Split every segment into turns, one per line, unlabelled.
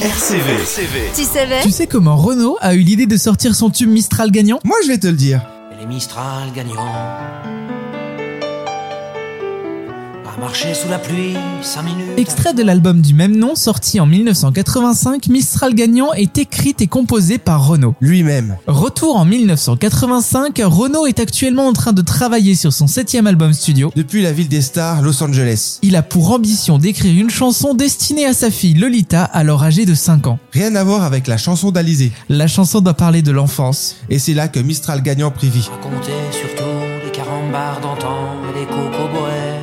RCV.
Tu savais
Tu sais comment Renault a eu l'idée de sortir son tube Mistral gagnant
Moi, je vais te le dire.
Et les Mistral gagnants. À marcher sous la pluie, 5 minutes.
Extrait de l'album du même nom sorti en 1985, Mistral gagnant est écrite et composée par Renault.
Lui-même.
Retour en 1985, Renault est actuellement en train de travailler sur son septième album studio.
Depuis la ville des stars, Los Angeles.
Il a pour ambition d'écrire une chanson destinée à sa fille Lolita, alors âgée de 5 ans.
Rien à voir avec la chanson d'Alizé.
La chanson doit parler de l'enfance.
Et c'est là que Mistral gagnant privit.
Raconter surtout les carambars d'antan et les cocoboères.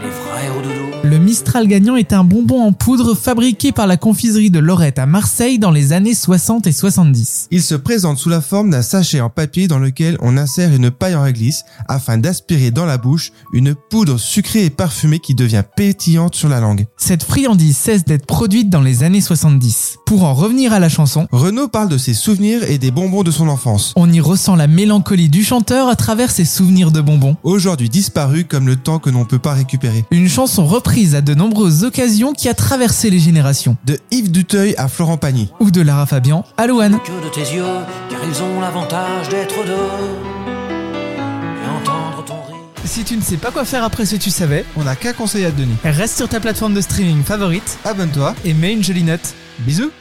Et les frères au doudou.
Le Mistral gagnant est un bonbon en poudre fabriqué par la confiserie de Lorette à Marseille dans les années 60 et 70.
Il se présente sous la forme d'un sachet en papier dans lequel on insère une paille en réglisse afin d'aspirer dans la bouche une poudre sucrée et parfumée qui devient pétillante sur la langue.
Cette friandise cesse d'être produite dans les années 70. Pour en revenir à la chanson,
Renaud parle de ses souvenirs et des bonbons de son enfance.
on y ressent la mélancolie du chanteur à travers ses souvenirs de bonbons.
Aujourd'hui disparu comme le temps que l'on ne peut pas récupérer.
Une chanson reprise à de nombreuses occasions qui a traversé les générations.
De Yves Duteuil à Florent Pagny.
Ou de Lara Fabian à Louane.
que de tes yeux, car ils ont l'avantage d'être deux. Et entendre ton rire.
Si tu ne sais pas quoi faire après ce tu savais,
On n'a qu'un conseil à te donner.
reste sur ta plateforme de streaming favorite
Abonne-toi,
et mets une jolie note.
bisous